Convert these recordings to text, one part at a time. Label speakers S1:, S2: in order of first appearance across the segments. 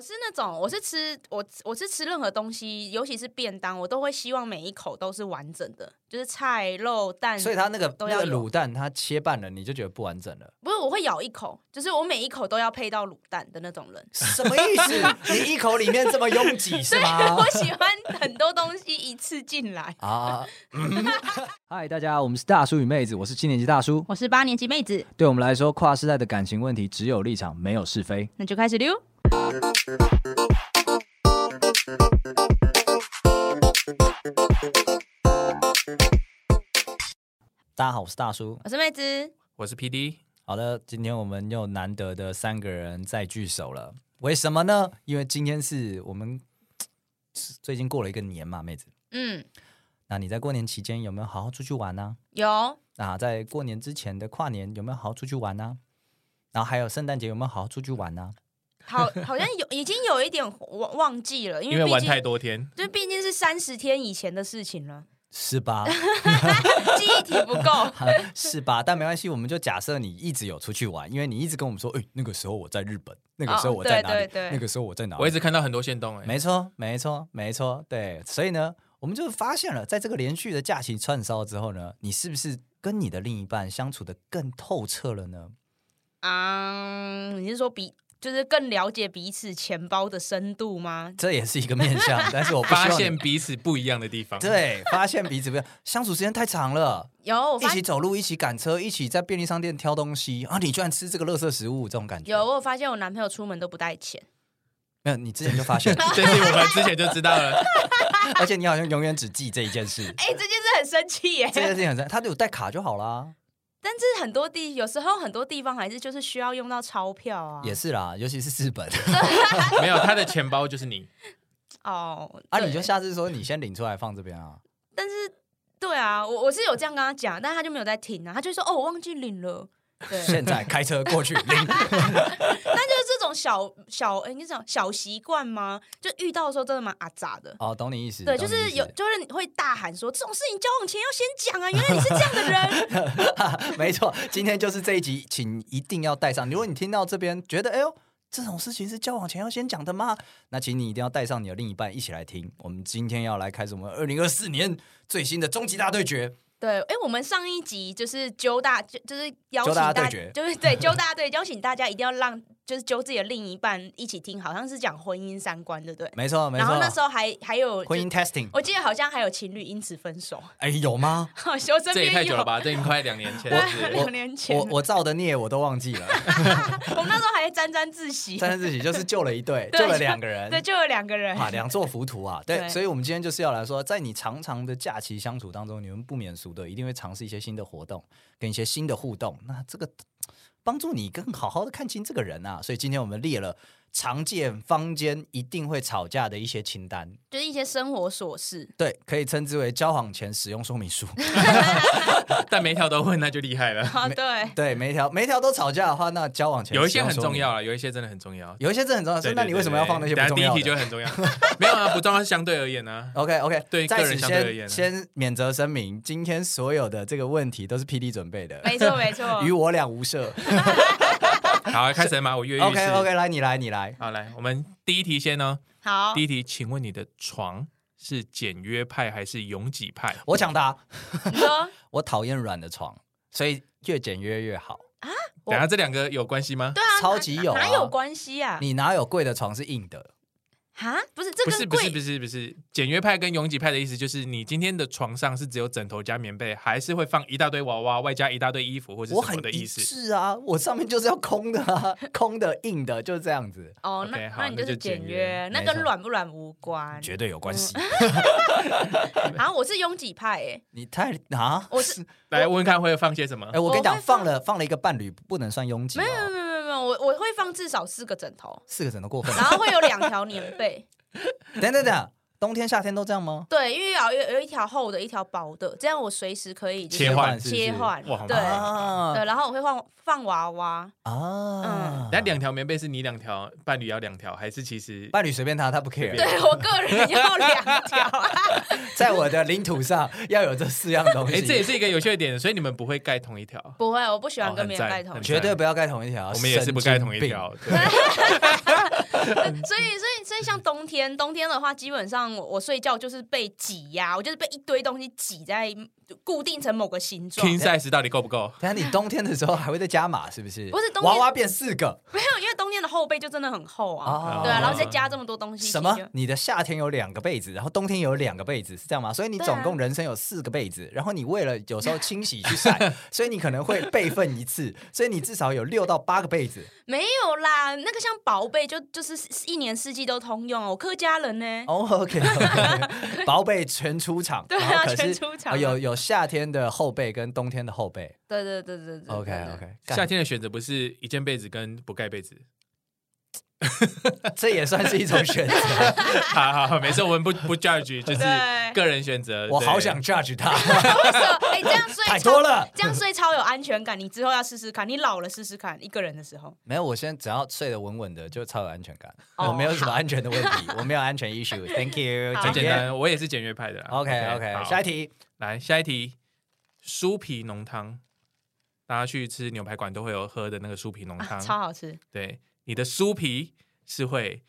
S1: 是那种，我是吃我我是吃任何东西，尤其是便当，我都会希望每一口都是完整的，就是菜、肉、蛋。
S2: 所以它那个
S1: 都
S2: 那
S1: 要
S2: 个
S1: 有
S2: 卤蛋它切半了，你就觉得不完整了，
S1: 不是我会咬一口，就是我每一口都要配到卤蛋的那种人。
S2: 什么意思？你一口里面这么拥挤是 吗
S1: 我？喜欢很多东西一次进来。
S2: 啊，嗨，大家，我们是大叔与妹子，我是七年级大叔。
S1: 我是八年级妹子，
S2: 对我们来说，跨世代的感情问题只有立场，没有是非。
S1: 那就开始溜。
S2: 大家好，我是大叔。
S1: 我是妹子，
S3: 我是 P D，
S2: 好的，今天我们又难得的三个人再聚首了，为什么呢？因为今天是我们呃最近过了一个年嘛，妹子。
S1: 嗯，
S2: 那你在过年期间有没有好好出去玩呢、
S1: 有
S2: 啊，在过年之前的跨年有没有好好出去玩呢、然后还有圣诞节有没有好好出去玩啊呢、
S1: 好，好像有已经有一点忘忘记了，因
S3: 因
S1: 为
S3: 为
S1: 毕
S3: 玩
S1: 竟
S3: 太多天，
S1: 就毕竟是三十天以前的事情了，
S2: 是 吧？
S1: 记忆体不够。
S2: 啊是吧？但没关系，我们就假设你一直有出去玩，因为你一直跟我们说，哎、那个时候我在日本，那个时候我在哪里，
S1: 哦对对对
S2: 那个时候我在哪里。
S3: 我一直看到很多线动哎、
S2: 没错，没错，没错，对。所以呢，我们就发现了，在这个连续的假期串烧之后呢，你是不是跟你的另一半相处的更透彻了呢？
S1: 啊、你是说彼就是更了解彼此钱包的深度吗？
S2: 这也是一个面向，但是我不希望
S3: 发
S2: 你
S3: 现彼此不一样的地方。，
S2: 对，发现彼此不一样，相处时间太长了，
S1: 有，我
S2: 一
S1: 发
S2: 起走路，一起赶车，一起在便利商店挑东西啊！你居然吃这个垃圾食物，这种感觉
S1: 有，我有发现我男朋友出门都不带钱，
S2: 没有？你之前就 发现了，
S3: 这是我们之前就知道 了。
S2: 而且你好像永远只记这一件事，
S1: 哎、这件事很生气耶。
S2: 这件事情很赞，他就有带卡就好啦，
S1: 但是很多地，有时候很多地方还是就是需要用到钞票啊。
S2: 也是啦，尤其是日本
S3: 没有，他的钱包就是你，
S1: 哦，
S2: 啊，
S1: 对
S2: 你就下次说你先领出来放这边啊，
S1: 但是对啊，我我是有这样跟他讲，但是他就没有在听啊，他就说哦，我忘记领 了。对，那就是
S2: 现在开车过 去领，
S1: 这种小小哎，你讲小习惯吗？就遇到的时候真的蛮阿杂的。
S2: 哦，懂你意思，
S1: 对，
S2: 懂
S1: 就
S2: 你
S1: 是
S2: 意思
S1: 有，就是你会大喊说这种事情交往前要先讲啊，原来你是这样的人。
S2: 没错，今天就是这一集，请一定要带上。如果你听到这边觉得，哎呦，这种事情是交往前要先讲的吗？那请你一定要带上你的另一半一起来听。我们今天要来开始我们二零二四年最新的终极大对决。
S1: 对，哎，我们上一集就是揪大，就就是邀
S2: 揪
S1: 请
S2: 大家
S1: 大
S2: 对决
S1: 就是 对揪大家对，邀请大家一定要让就是揪自己的另一半一起听，好像是讲婚姻三观，对不对？
S2: 没错，没
S1: 然后那时
S2: 错。
S1: 候还还有就
S2: 婚姻 testing，
S1: 我记得好像还有情侣因此分手，
S2: 哎，有吗？
S1: 我身
S3: 这也
S1: 边
S3: 太
S1: 有
S3: 久了吧？这已经快两年前
S1: 对
S3: 了
S1: 啊
S3: 是不是。
S1: 两年前，
S2: 我
S1: 我
S2: 我造的孽我都忘 记了，
S1: 们那时候还沾沾自喜，
S2: 三自己就是救了一对，
S1: 对
S2: 救了两个人，
S1: 对，就有两个人，
S2: 啊，两座浮屠啊，对，
S1: 对
S2: 所以我们今天就是要来说，在你长长的假期相处当中，你们不免俗的一定会尝试一些新的活动，跟一些新的互动，那这个帮助你更好好的看清这个人啊。所以今天我们列了常见坊间一定会吵架的一些清单，
S1: 就是一些生活琐事。
S2: 对，可以称之为交往前使用说明书。
S3: 但每一条都问，那就厉害了。
S1: 啊， 对，
S2: 对，每一条每一条都吵架的话，那交往前
S3: 有一些
S2: 使用
S3: 很
S2: 说
S3: 重
S2: 明
S3: 要，啊，有一些真的很重要。
S2: 有一些真的很重要，
S3: 对
S2: 是那你为什么要放那些不
S3: 对对
S2: 重
S3: 对
S2: 要的？
S3: 等下第一题就很重要，没有啊，不重要是相对而言啊。
S2: OK OK，
S3: 对
S2: 在
S3: 个
S2: 此
S3: 人相对而言
S2: 先
S3: 啊
S2: 先免责声明，今天所有的这个问题都是 PD 准备的，
S1: 没错没错
S2: 与。我俩无 涉。
S3: 好，开始嘛，我跃跃欲
S2: OK
S3: 试。
S2: OK，来你来你来，
S3: 好，来，我们第一题先哦。
S1: 好
S3: 第，一题，请问你的床是简约派还是拥挤派？
S2: 我抢答。
S1: 你说
S2: 我讨厌软的床，所以越简约越好。
S1: 我
S3: 等下这两个有关系吗？
S1: 对啊，
S2: 超级有啊
S1: 哪有关系啊？
S2: 你哪有贵的床是硬的？
S1: 哈，不是这
S3: 不是
S1: 跟
S3: 不是
S1: 贵
S3: 不是不是，简约派跟拥挤派的意思就是，你今天的床上是只有枕头加棉被，还是会放一大堆娃娃，外加一大堆衣服或者
S2: 我
S3: 什
S2: 很
S3: 么的
S2: 一
S3: 意思？
S2: 致啊，我上面就是要空的啊，空的硬的就是这样 子，
S1: 哦，那
S3: OK，好
S1: 那你
S3: 那
S1: 是
S3: 就简
S1: 简
S3: 约
S1: 约，那
S2: 没
S1: 跟
S2: 错
S1: 软不软无关。
S2: 绝对有关系。
S1: 啊，我是拥挤派诶，
S2: 你太啊，
S1: 我是
S3: 来问问看会放些 什么
S2: 哎，？我跟你
S1: 我
S2: 讲，
S1: 会放
S2: 放了放了一个伴侣不能算拥挤
S1: 没有
S2: 哦，
S1: 没有没有没有，我我 会放至少四个枕头，
S2: 四个枕头过分。
S1: 然后会有两条棉被。
S2: 等等等，冬天夏天都这样吗？
S1: 对，因为要有有一条厚的，一条薄的，这样我随时可以就是
S3: 切换
S2: 是不是
S1: 切换，
S3: 哇好
S1: 对、
S3: 麻烦
S2: 啊
S1: 对，然嗯后我会放放娃娃，
S2: 啊！
S3: 那两条棉被是你两条，伴侣要两条，还是其实
S2: 伴侣随便他，他不 care。
S1: 对我个人要两 条，
S2: 在我的领土上要有这四样东
S3: 哎、这也
S2: 西，
S3: 是一个有趣的点，所以你们不会盖同一条。
S1: 不会，我不喜
S3: 哦
S1: 欢跟
S3: 很
S1: 别人
S3: 赞
S1: 盖同
S3: 很
S1: 一
S2: 绝对不要盖同一条。
S3: 我们也是不盖同一条， 对
S1: 所以，所以，所以，像冬天，冬天的话，基本上我我睡觉就是被挤压、我就是被一堆东西挤在固定成某个形状。
S3: king size 到底够 不够？
S2: 等下你冬天的时候还会再加码，是不是？
S1: 不是冬天
S2: 娃娃变四个
S1: 没有，因为冬天的后背就真的很厚啊，
S2: 啊
S1: 对啊，然后再
S3: 在
S1: 加这么多东西，
S2: 什
S1: 其
S2: 么
S1: 实？
S2: 你的夏天有两个被子，然后冬天有两个被子，是这样吗？所以你
S1: 对啊
S2: 总共人生有四个被子，然后你为了有时候清洗去 晒，所以你可能会备份一次，所以你至少有六到八个被子。
S1: 就没有啦？那个像薄被就就是一年四季都通用啊，我客家人呢，
S2: 哦、o k OK，薄被全出场，
S1: 对啊
S2: 然后可是
S1: 全出场
S2: 哦有有夏天的后背跟冬天的后背。
S1: 对对对对对
S2: OK
S1: 对对
S2: OK，
S3: 夏天的选择不是一件被子跟不盖被子。
S2: 这也算是一种 选择。
S3: 好好好，没事，我们不不 judge，就是
S1: 对
S3: 个人选择。
S2: 我
S3: 对
S2: 好想 judge 他，
S1: 为什么？哎，这样睡
S2: 太
S1: 超
S2: 多了。
S1: 这样睡超有安全感，你之后要试试看，你老了试试看，一个人的时 候。
S2: 没有，我现在只要睡得稳稳的，就超有安全感。
S1: 哦
S2: 我没有什么安全的问题，我没有安全 issue。Thank you，
S1: 好
S3: 很
S2: 再
S3: 简
S2: 见。
S3: 单，我也是简约派的啦。
S2: OK OK，
S3: 好
S2: 下一题。
S3: 来下一题，酥皮浓汤，大家去吃牛排馆都会有喝的那个酥皮浓
S1: 啊，
S3: 汤。
S1: 超好吃！
S3: 对，你的酥皮是会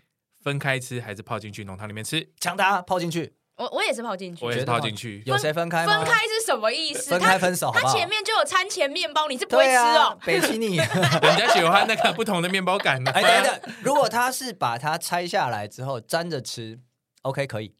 S3: 分开吃还是泡进去浓汤里面吃？
S2: 抢答泡进去，
S1: 我我也是泡进去
S3: 我，也
S2: 觉
S3: 是
S2: 得
S3: 泡
S2: 吗
S3: 进去。
S2: 有谁分开吗？
S1: 分开是什么意思？
S2: 分开分手好不
S1: 它
S2: 好？
S1: 前面就有餐前面包，你是不会吃
S2: 对啊
S1: 哦。，
S2: 北齐 你。
S3: 人家喜欢那个不同的面包感呢、
S2: 哎，等等，如果他是把它拆下来之后沾着吃，OK 可以，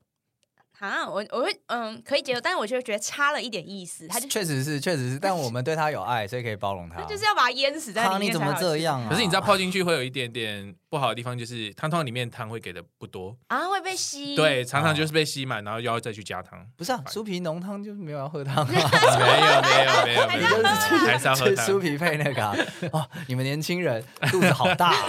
S1: 啊，我我会嗯可以接受，但是我就觉得差了一点意思，它就
S2: 确实是确 实是，但我们对他有爱，所以可以包容他。
S1: 它就是要把它淹死在
S2: 啊，
S1: 里
S2: 你
S1: 面
S2: 怎
S1: 才
S2: 么
S1: 好吃
S2: 这样啊？
S3: 可是你知道泡进去会有一点点不好的地方，就是汤汤里面汤会给的不多，
S1: 啊？会被吸？
S3: 对，常
S2: 啊
S3: 常就是被吸满，然后又要再去加汤。
S2: 不是啊？酥皮浓汤就是没有要 喝汤啊。
S3: 没有没有没有没
S2: 你就
S3: 有，
S2: 是
S3: 还是要喝
S2: 吃酥
S3: 汤。
S2: 皮配那个啊！哦，你们年轻人肚子好大、 啊，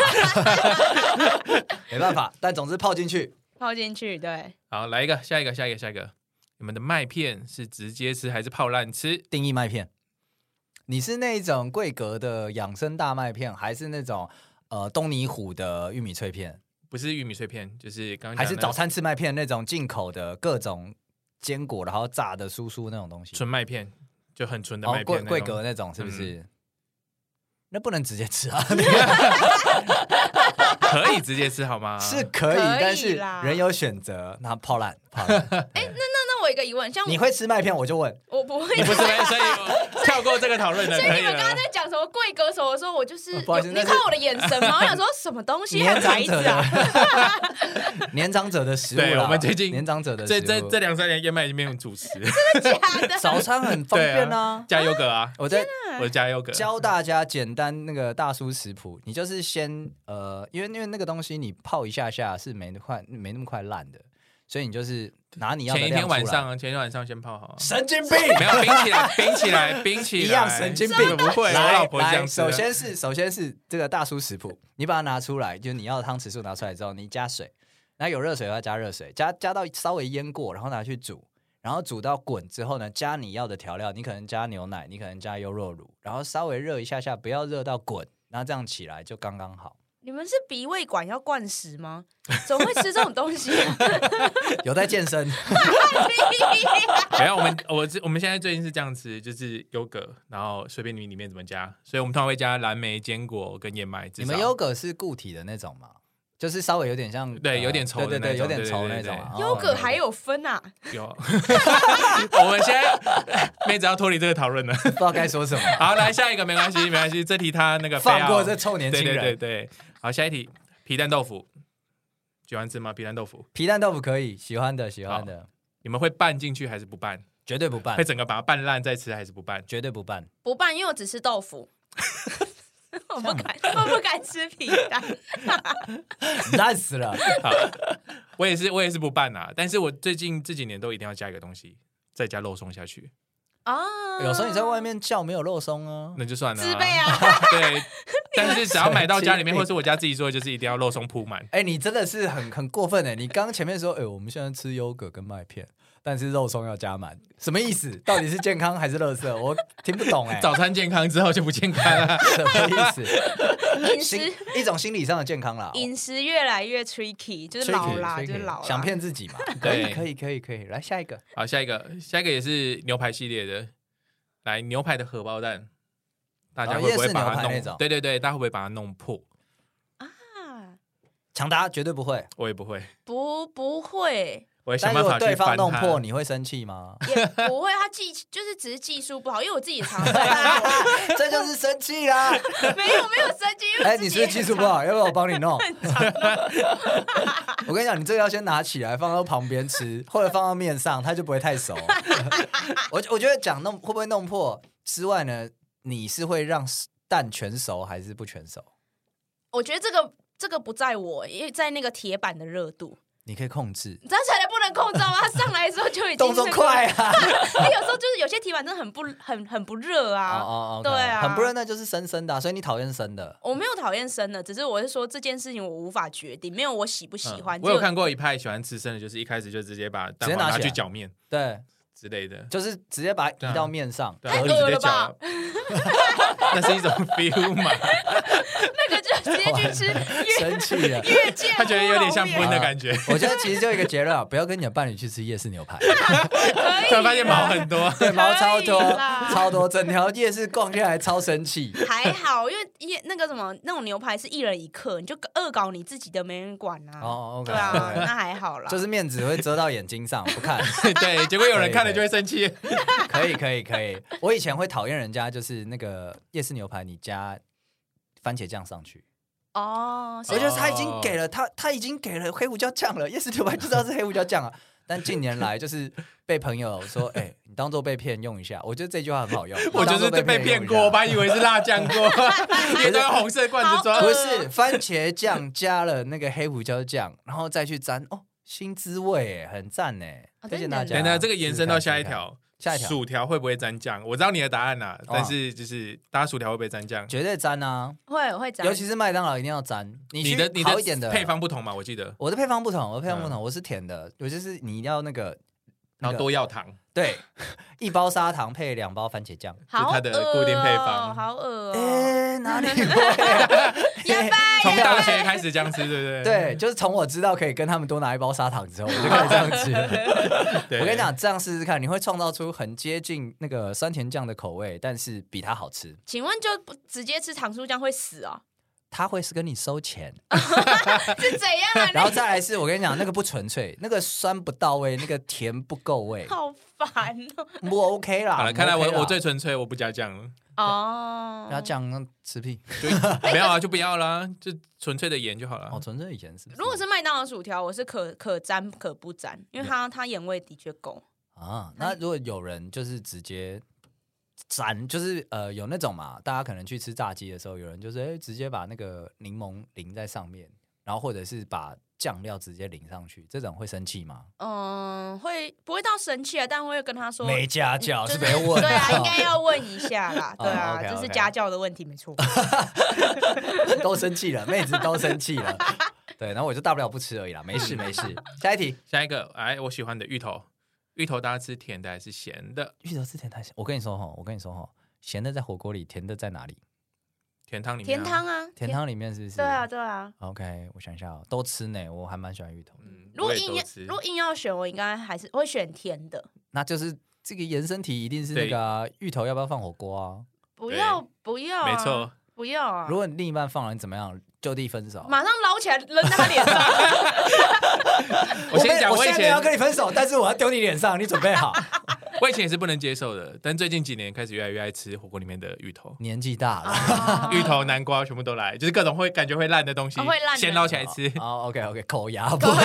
S2: 没办法。但总之泡进去，
S1: 泡进去，对，
S3: 好，来一个，下一个，下一个，下一个。你们的麦片是直接吃还是泡烂吃？
S2: 定义麦片，你是那种桂格的养生大麦片，还是那种呃东尼虎的玉米脆片，
S3: 不是玉米碎片，就是刚刚
S2: 还是
S3: 讲的
S2: 早餐吃麦片那种进口的各种坚果，然后炸的酥酥那种东西？
S3: 纯麦片，就很纯的
S2: 哦
S3: 麦，
S2: 桂
S3: 片那种。嗯
S2: 桂格那种是不是？那不能直接 吃啊，
S3: 可以直接吃好 吗？
S2: 是可以，
S1: 可以
S2: 但是
S1: 啦
S2: 人有选择，那泡烂泡烂。
S1: 那那我有一个疑问，像
S2: 你会吃麦片，我就 问。
S1: 我不会
S3: 你。不是麦，所以我跳过这个讨论的，
S1: 所以
S3: 可
S1: 你
S3: 以
S1: 们刚刚
S3: 了。
S1: 在讲什么贵歌手，我说我就是
S2: 呃不好意思
S1: 有
S2: 那
S1: 你
S2: 是
S1: 看我的眼神嘛，我想说什么东西还有牌子啊？
S2: 的 年长者的食物啦，
S3: 对我们最近
S2: 年长者的食
S3: 这
S2: 物，
S3: 这这两三年燕麦已经变成主 食，
S1: 假的，
S2: 早餐很方便啊。
S3: 加优 格啊，
S2: 我在
S3: 我加优格。
S2: 教大家简单那个大叔食谱，你就是先呃，因为因为那个东西你泡一下下是没那么快没那么快烂的，所以你就是拿你要的
S3: 前一
S2: 量
S3: 天
S2: 出来
S3: 晚上，啊，前一天晚上先泡好啊。
S2: 神经病。
S3: 没有冰起来， 冰 起来，冰起来，
S2: 一样神经病，
S3: 不会，我
S2: 来
S3: 老婆这
S2: 来
S3: 样吃的
S2: 首先是首先是这个大叔食谱，你把它拿出来，就是你要的汤匙数拿出来之后，你加水，然后有热水的话加热水，加加到稍微腌过，然后拿去煮，然后煮到滚之后呢，加你要的调料，你可能加牛奶，你可能加优酪乳，然后稍微热一下下，不要热到滚，然后这样起来就刚刚 好。
S1: 你们是鼻胃管要灌食吗？ 怎么会吃这种东西啊？
S2: 有在健身，
S3: 没有，我们我我们现在最近是这样吃，就是优格，然后随便你里面怎么加，所以我们通常会加蓝莓、坚果跟燕麦。至
S2: 你
S3: 少
S2: 们优格是固体的那种吗？就是稍微有点像，
S3: 对
S2: 呃
S3: 有点稠的
S2: 对
S3: 那
S2: 对对，
S3: 种
S2: 有点
S3: 对对
S2: 稠
S3: 对
S2: 那
S3: 对
S2: 种啊。
S1: 优格
S2: 哦
S1: 还有分啊？
S3: 有， 我们现在妹子要脱离这个讨论了。
S2: 不知道该说什么，
S3: 好，来下一个，没关系，没关系，这题他那个非
S2: 放
S3: 要
S2: 过这臭年
S3: 对
S2: 轻
S3: 对
S2: 人。
S3: 对对，好，下一题，皮蛋豆腐，喜欢吃吗？皮蛋豆腐，
S2: 皮蛋豆腐可以，喜欢的喜欢的，
S3: 你们会拌进去还是不拌？
S2: 绝对不
S3: 会
S2: 拌，
S3: 整个把它拌烂再吃还是不拌？
S2: 绝对不拌。
S1: 不拌，因为我只吃豆 腐。我不敢，我不敢吃皮蛋。
S2: 烂死 了！
S3: 我也是，我也是不拌啊。但是我最近这几年都一定要加一个东西，再加肉松下去，
S1: 啊，
S2: 有时候你在外面叫没有肉松啊，
S3: 那就算了、
S1: 自备啊！
S3: 对，但是只要买 到家里面，或是我家自己做，就是一定要肉松铺满。
S2: 哎、你真的是很很过分哎！你刚前面说，哎、我们现在吃优格跟麦片，但是肉松要加满，什么意思？到底是健康还是垃 圾？我听不懂哎，
S3: 早餐健康之后就不健康了。
S2: 什么意思？
S1: 饮
S2: 心
S1: 食
S2: 一种心理上的健康啦，
S1: 饮食越来越 tricky，就是老啦，
S2: Tricky，
S1: 就是
S2: tricky
S1: 老啦。
S2: 想骗自 己嘛？可以，
S3: 对
S2: 可以，可以，可以。来下一个，
S3: 好，下一个，下一个也是牛排系列的，来牛排的荷包蛋，大家
S2: 哦
S3: 会不
S2: 夜
S3: 会
S2: 市
S3: 把
S2: 牛排
S3: 它
S2: 那
S3: 弄
S2: 种？
S3: 对对对，大家会不会把它弄破？
S1: 啊，
S2: 抢答绝对不会。
S3: 我也不会，
S1: 不不会，
S3: 我会
S2: 但
S3: 想
S2: 如
S3: 办
S2: 果
S3: 法
S2: 对
S3: 去
S2: 方
S3: 翻
S2: 弄
S3: 它。嗯
S2: 破，你会生气吗？
S1: 也不会，他技就是只是技术不好，因为我自己常常
S2: 这就是生气啦！
S1: 没有没有生气，因为
S2: 哎，
S1: 自己
S2: 你是不是技术不好，要不要我帮你 弄？ 我跟你讲，你这个要先拿起来放到旁边吃，或者放到面上，它就不会太熟。 我我觉得讲弄会不会弄破之外呢，你是会让蛋全熟还是不全熟？
S1: 我觉得这个这个不在我，因为在那个铁板的热度，
S2: 你可以控制，
S1: 这样才能不能控制吗？他上来的时候就已经
S2: 动作快
S1: 啊！
S2: 啊！
S1: 他有时候就是有些铁板真的很不很很不热
S2: 哦
S1: 啊。
S2: 哦哦，
S1: 对啊
S2: 很不认那就是生生的啊、所以你讨厌生的。
S1: 我没有讨厌生的，只是我是说这件事情我无法决定，没有我喜不喜欢。
S3: 嗯
S1: 只
S3: 我有看过一派喜欢吃生的，就是一开始就直接把蛋
S2: 直接
S3: 黄
S2: 拿
S3: 拿
S2: 起
S3: 去
S2: 来
S3: 搅面
S2: 对，
S3: 之类的，
S2: 就是直接把它移到面上。
S3: 对啊，
S1: 太
S3: 就直
S1: 饿
S3: 接
S1: 了
S3: 搅
S1: 吧
S3: 啊。那是一种 feel 嘛，
S1: 那个就直接去吃
S2: 生气了。
S1: 越界，
S3: 他觉得有点像荤的感觉，
S2: 我觉得其实就一个结论啊，不要跟你的伴侣去吃夜市牛排，
S1: 可以
S3: 突然发现毛很多。
S2: 对，毛超多
S1: 可以啦，
S2: 超多，整条夜市逛下来超生气。
S1: 还好，因为一那个什么那种牛排是一人一克，你就恶搞你自己的，没人管
S3: 嗯
S1: 啊。
S2: 哦，OK，
S1: 对啊，
S2: OK
S1: 那还好啦。
S2: 就是面子会遮到眼睛上，不看。
S3: 对，结果有人看了就会生气。
S2: 可以，可以，可以。我以前会讨厌人家，就是那个夜市牛排，你加番茄酱上去，
S1: 哦，
S2: 我
S1: 所以
S2: 觉得他已经给了他，他已经给了黑胡椒酱了。夜市牛排就知道是黑胡椒酱啊。但近年来就是被朋友说，哎、你当做被骗用一下，我觉得这句话很好用。
S3: 我就
S2: 当作
S3: 是被
S2: 骗用
S3: 骗
S2: 一
S3: 过，我
S2: 下
S3: 本来以为是辣酱锅， 也都用红色罐子装
S1: 好。
S2: 不
S1: 饿
S2: 是番茄酱加了那个黑胡椒酱，然后再去沾哦，新滋味耶，很赞呢。
S1: 哦
S2: 推
S1: 真
S2: 荐
S1: 的
S2: 大
S1: 假的
S2: 家。
S3: 等等，这个延伸到下一
S2: 啊试试看，啊
S3: 条，
S2: 下一条
S3: 薯条会不会沾酱？我知道你的答案啦，
S2: 哦
S3: 但是就是大家薯条会不会沾酱？
S2: 绝对沾啊！
S1: 会会长
S2: 尤其是麦当劳一定要沾。你
S3: 你
S2: 去
S3: 的你
S2: 好一点的
S3: 配，方不同嘛，我记得，
S2: 我的配方不同，我的配方不同，我是甜的，我就是你一定要那个
S3: 然后多 要糖，
S2: 对，一包砂糖配两包番茄酱。
S1: 好
S3: 就它的固定配方
S1: 饿哦好恶哦，
S2: 哎，哪里会？
S1: 哑巴
S3: 从
S1: 哑
S3: 大
S1: 巴。
S3: 学开始这样吃，对不 对？
S2: 对，就是从我知道可以跟他们多拿一包砂糖之后，我就开始这样吃了。
S3: 对
S2: 我跟你，讲，这样试试看，你会创造出很接近那个酸甜酱的口味，但是比它好吃。
S1: 请问就不直接吃糖醋酱会死哦？
S2: 它会是跟你收钱，
S1: 啊是怎样啊？
S2: 然后再来是我跟你讲，那个不纯粹，那个酸不到位，那个甜不够味
S1: 你，好烦哦。
S2: 不 OK 啦。
S3: 好了，看来
S2: 不 OK
S3: 我
S2: 啦
S3: 我最纯粹，我不加 酱了，
S1: 哦，
S2: 不要酱那吃屁，
S3: 就没有啊，就不要啦，就纯粹的盐就好了
S2: 哦，。纯粹以前是不是。
S1: 如果是麦当劳薯条，我是可可沾可不沾，因
S2: 嗯
S1: 为它它盐味的确够。
S2: 啊，那如果有人就是直接沾，就是呃有那种嘛，大家可能去吃炸鸡的时候，有人就是哎、诶直接把那个柠檬淋在上面，然后或者是把酱料直接淋上去，这种会生气吗？
S1: 嗯，会不会到生气啊？但会跟他说
S2: 没家教
S1: 嗯就是是
S2: 啊没问
S1: 对啊，
S2: 到
S1: 应该要问一下 啦。对
S2: 哦
S1: 啊，
S2: ，OK，OK
S1: 这是家教的问题，没 错。
S2: 都生气了，妹子都生气 了。对，然后我就大不了不吃而已啦，没事
S1: 嗯
S2: 没事。下一题，
S3: 下一个，哎，我喜欢的芋头，芋头大家吃甜的还是咸的？
S2: 芋头是甜太咸。我跟你说哈，我跟你说哈，咸的在火锅里，甜的在哪里？
S3: 甜汤里面、
S1: 甜汤，啊，
S2: 甜。嗯汤里面是不是？
S1: 对啊，。对啊。
S2: OK，我想一下哦，都吃呢，我还蛮喜欢芋头的。
S3: 嗯，
S1: 如果
S3: 我也
S1: 硬
S3: 都
S1: 要
S3: 吃
S1: 如。果硬要选，我应该还是会选甜的。
S2: 那就是这个延伸题一定是那个啊、芋头要不要放火锅啊？
S1: 不
S3: 对
S1: 要不要，啊
S3: 没错，
S1: 不要啊
S2: 如！果你另一半放了，你怎么样？就地分手？啊
S1: 马上捞起来扔在他脸 上。
S3: 我先讲，
S2: 我
S3: 我以
S2: 现在没有
S3: 前
S2: 要跟你分手，但是我要丢你脸上，你准备好？
S3: 我以前也是不能接受的，但最近几年开始越来越爱吃火锅里面的芋头。
S2: 年纪大了。
S1: 啊
S3: 芋头、南瓜全部都来，就是各种会感觉会烂的东西，
S1: 哦会烂的
S3: 先捞起来吃，
S2: 哦、o k OK，口牙 不好，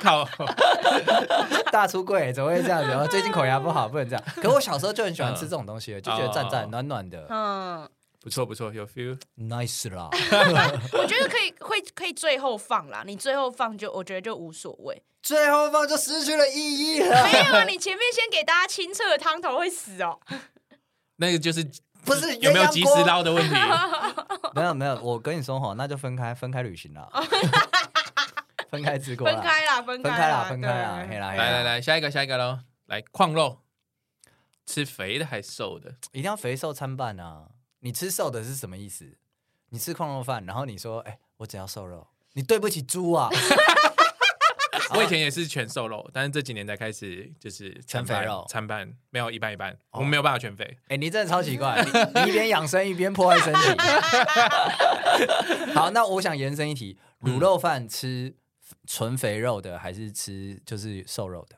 S3: 烤。
S2: 大出柜怎么会这样子？然后最近口牙不好，不能 这样。可我小时候就很喜欢吃这种东西了，就觉得赞
S3: 哦
S2: 赞暖暖的
S1: 嗯，
S3: 不错不错，有 feel。
S2: ，nice 啦。
S1: 我觉得可以，会可以最后放啦。你最后放就，我觉得就无所 谓。
S2: 最后放就失去了意义了。
S1: 没有啊，你前面先给大家清澈的汤头会死哦。
S3: 那个就是
S2: 不是
S3: 有没有
S2: 鸳鸯
S3: 及
S2: 锅
S3: 时捞的 问题？
S2: 没有没有，我跟你说哈，那就分开分开旅行了， 分开吃过啦
S1: 哦分开啦，分
S2: 分开
S1: 啦，
S2: 啊啦，分开啦，
S1: 对
S2: 嘿啦，嘿啦
S3: 来来，来，下一个下一个喽，来矿肉，吃肥的还是瘦的？
S2: 一定要肥瘦参半啊！你吃瘦的是什么意思？你吃矿肉饭，然后你说，哎、我只要瘦肉，你对不起猪啊！
S3: 我以前也是全瘦肉，但是这几年才开始就是
S2: 全
S3: 参半
S2: 肥肉哦
S3: 参半没有一半一半，我没有办法全肥。
S2: 哎、你真的超奇怪，你你一边养生一边破坏身体。 好，那我想延伸一题，卤肉饭吃纯肥肉的还是吃就是瘦肉的？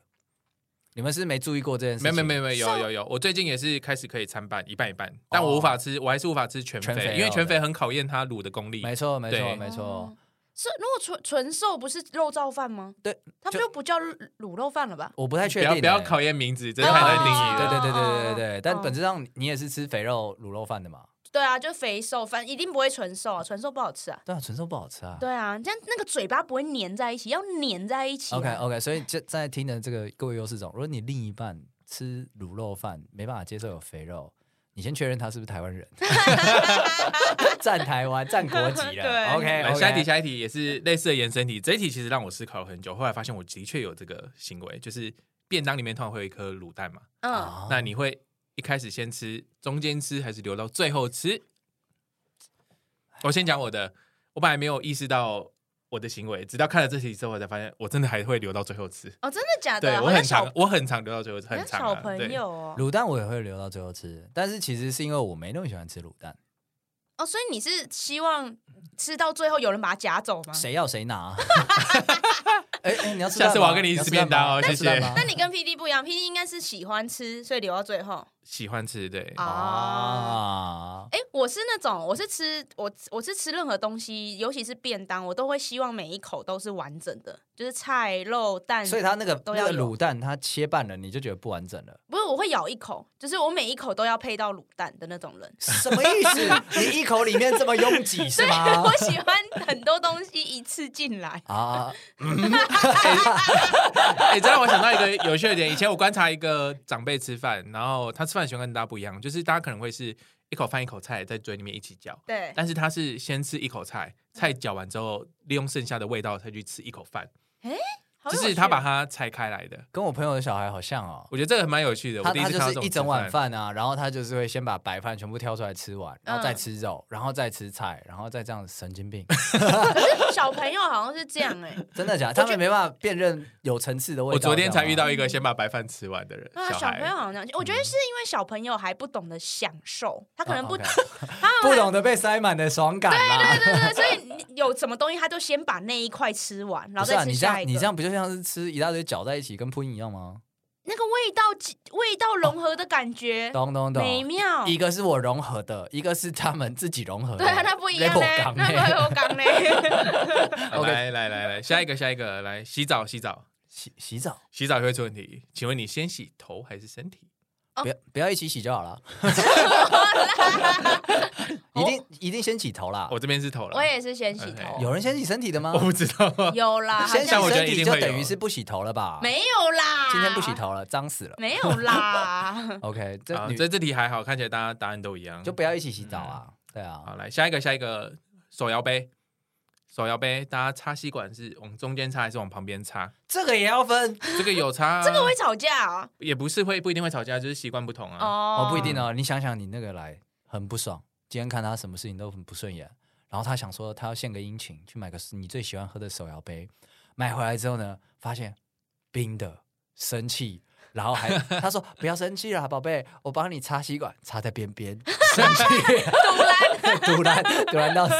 S2: 你们是没注意过这件事
S3: 没
S2: 情？
S3: 有没有没有没有有
S1: 瘦
S3: 有有，我最近也是开始可以参半一半一半，但我无法吃，我还是无法吃全
S2: 哦全肥肉
S3: 肥，因为全肥很考验它卤的功力。
S2: 没错没错
S3: 对
S2: 没错
S1: 哦。是如果纯纯瘦不是肉燥饭吗？
S2: 对，
S1: 它
S2: 就
S1: 就不叫卤肉饭了吧？
S2: 我不太确
S3: 不
S2: 定、
S3: 要
S2: 欸。
S3: 不要考验名字，这
S1: 哦
S3: 太难定
S2: 对
S3: 义
S2: 对
S3: 了。
S2: 对对对对
S1: 哦
S2: 对，但
S1: 哦
S2: 本质上你也是吃肥肉卤肉饭的嘛？
S1: 对啊，就肥瘦，反正一定不会纯瘦啊，纯瘦不好吃啊。
S2: 对啊，纯瘦不好吃啊。
S1: 对啊，这样那个嘴巴不会粘在一起，要粘在一起啊。
S2: OK 哦 OK，所以这在听的这个各位优势种，如果你另一半吃卤肉饭没办法接受有肥肉，你先确认他是不是 台湾人， 占台湾占国籍
S1: 对
S2: 了。OK，, 啊
S3: 来
S2: o
S3: 哎下一题，下一题也是类似的延伸题。这一题其实让我思考了很久，后来发现我的确有这个行为，就是便当里面通常会有一颗卤蛋嘛。
S1: 嗯，
S2: 哦
S3: 那你会一开始先吃，中间吃，还是留到最后吃？我先讲我的，我本来没有意识到我的行为，直到看了这题之后，我才发现我真的还会留到最后吃。
S1: 哦，真的假的？
S3: 对
S1: 好
S3: 我
S1: 像
S3: 很
S1: 小
S3: 常，，我很常留到最后吃，
S1: 好
S3: 很
S1: 像
S3: 常、
S1: 小
S3: 啊。
S1: 朋
S3: 对，
S1: 友哦。
S2: 卤蛋我也会留到最后吃，但是其实是因为我没那么喜欢吃卤蛋，
S1: 哦，所以你是希望吃到最后有人把它夹走吗？
S2: 谁要谁拿、 啊。哎哎，你要吃
S3: 下
S2: 蛋吗？
S3: 次我要跟你一起
S2: 要吃蛋
S3: 便当哦
S2: 吗
S3: 谢谢
S1: 那你跟 PD 不一样，PD 应该是喜欢吃，所以留到最后
S3: 喜欢吃，对，
S1: 啊。
S2: 啊，
S1: 哎、我是那种，我是吃我我是吃任何东西，尤其是便当，我都会希望每一口都是完整的，就是菜、肉、蛋。
S2: 啊所以他那个
S1: 都
S2: 那
S1: 要
S2: 个
S1: 有
S2: 卤蛋，它切半了，你就觉得不完整了。
S1: 不是我会咬一口，就是我每一口都要配到卤蛋的那种人。
S2: 什么意 思？你一口里面这么拥挤 是吗？，
S1: 我喜欢很多东西一次进来
S2: 啊，
S3: 哎、这让我想到一个有趣的点。以前我观察一个长辈吃饭，然后他吃饭的习惯跟大家不一样，就是大家可能会是一口饭一口菜在嘴里面一起嚼，
S1: 对，
S3: 但是他是先吃一口菜，菜嚼完之后利用剩下的味道再去吃一口饭，
S1: 好
S3: 就
S1: 有
S3: 是
S1: 趣哦
S3: 他把它拆开来的。
S2: 跟我朋友的小孩好像哦。
S3: 我觉得这个还蛮有趣的。
S2: 他
S3: 我第一
S2: 他
S3: 次
S2: 就
S3: 看到这
S2: 是
S3: 种
S2: 一整
S3: 吃嗯
S2: 碗，饭啊，然后他就是会先把白饭全部挑出来吃完，然后再吃肉，然后再吃菜，然后再这样神经 病，
S1: 小朋友好像是这 样哎、
S2: 真的假的？他们没办法辨认有层次的味道。啊
S3: 我昨天才遇
S2: 知道吗，
S3: 到一个先把白饭吃完的人，
S1: 啊，小朋友
S3: 孩。
S1: 好像这样，我觉得是因为小朋友还不懂得享受，他可能不
S2: 嗯哦，OK
S1: 他
S2: 不懂得被塞满的爽感啦。
S1: 对对对，所以你有什么东西，他就先把那一块吃完，然
S2: 不
S1: 后
S2: 是啊，
S1: 再吃
S2: 你这样
S1: 下一个。
S2: 你这样不就像是吃一大堆搅在一起跟喷一样吗？
S1: 那个味道味道融合的感觉、
S2: 懂哦懂懂。
S1: 美哎妙。
S2: 一个是我融合的，一个是他们自己融合的。
S1: 对啊，那不一样
S2: 在
S1: 嘞
S2: 我 港，内
S1: 那不会有港 嘞。
S2: OK
S3: 来来来来，下一个下一个，来洗澡洗澡
S2: 洗洗澡，
S3: 洗澡也会出问题。请问你先洗头还是身体？
S1: 哦
S2: 不要不要一起洗就好 了。一定一定先洗头啦。
S3: 我这边是头了，
S1: 我也是先洗头
S3: OK，
S2: 有人先洗身体的吗
S3: 我？不知道 啊。
S1: 有啦，好
S2: 先洗
S1: 像
S3: 像我觉得
S2: 身
S3: 一
S2: 体
S3: 定
S2: 就
S3: 会有
S2: 等于是不洗头了吧？，
S1: 没有啦，
S2: 今天不洗，头了，脏死了。
S1: 没有 啦。
S2: OK，这
S3: 啊
S2: 女
S3: 这嗯这题还好，看起来大家答案都一样。
S2: 就不要一起洗澡啊。对啊，
S3: 好，来下一个，下一个手摇杯，手摇杯，大家插吸管是往中间插还是往旁边插？
S2: 这个也要分
S3: 这个 有差、啊，
S1: 这个会吵架啊？
S3: 也不是会不一定会吵架，就是习惯不同啊。
S1: 哦
S2: 哦，不一定哦。你想想，你那个来很不爽，今天看他什么事情都很不顺眼，然后他想说他要献个殷勤，去买个你最喜欢喝的手摇杯，买回来之后呢，发现冰的，生气。然 后还他说不要生气啦，宝贝，我帮你插吸管，插在边边，生 气。
S1: 杜兰，
S2: 堵烂堵烂到死，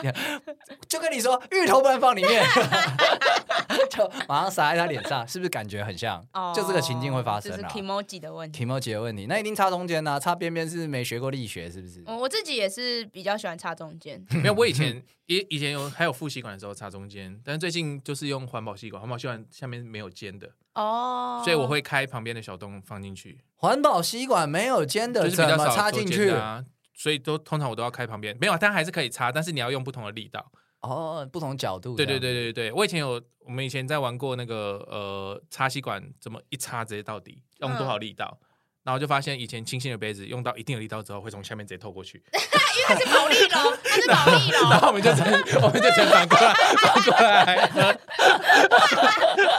S2: 就跟你说芋头不能放里面， 就马上撒在他脸上，是不是感觉很像？
S1: 哦
S2: 就这个情境会发生
S1: 就是
S2: 啊。
S1: emoji 的问题。
S2: 题目解的问
S3: 嗯
S2: 题，那一定插中间呐、啊，插边边是没学过力学，是不是？
S1: 哦我我自己也是比较喜欢插中间，
S3: 没有，我以前以以前有还有副吸管的时候插中间，但是最近就是用环保吸管，环保吸管下面没有尖的，
S1: 哦，
S3: 所以我会开旁边的小洞放进去，
S2: 环保吸管没有尖
S3: 就
S2: 的，
S3: 是比
S2: 怎
S3: 较
S2: 么
S3: 少
S2: 插
S3: 做
S2: 进
S3: 尖
S2: 去？
S3: 的啊。所以都通常我都要开旁边，没有，但还是可以插，但是你要用不同的力道。
S2: 哦，不同角度。
S3: 对对对，对对，我以前有，我们以前在玩过那个呃插吸管，怎么一插直接到底，用多少力道？然后就发现以前清新的杯子用到一定的力道之后，会从下面直接透过去，
S1: 它是保利龙，它是保 利
S3: 然后
S1: 龙，
S3: 我们就成我们就成反过来反过来喝，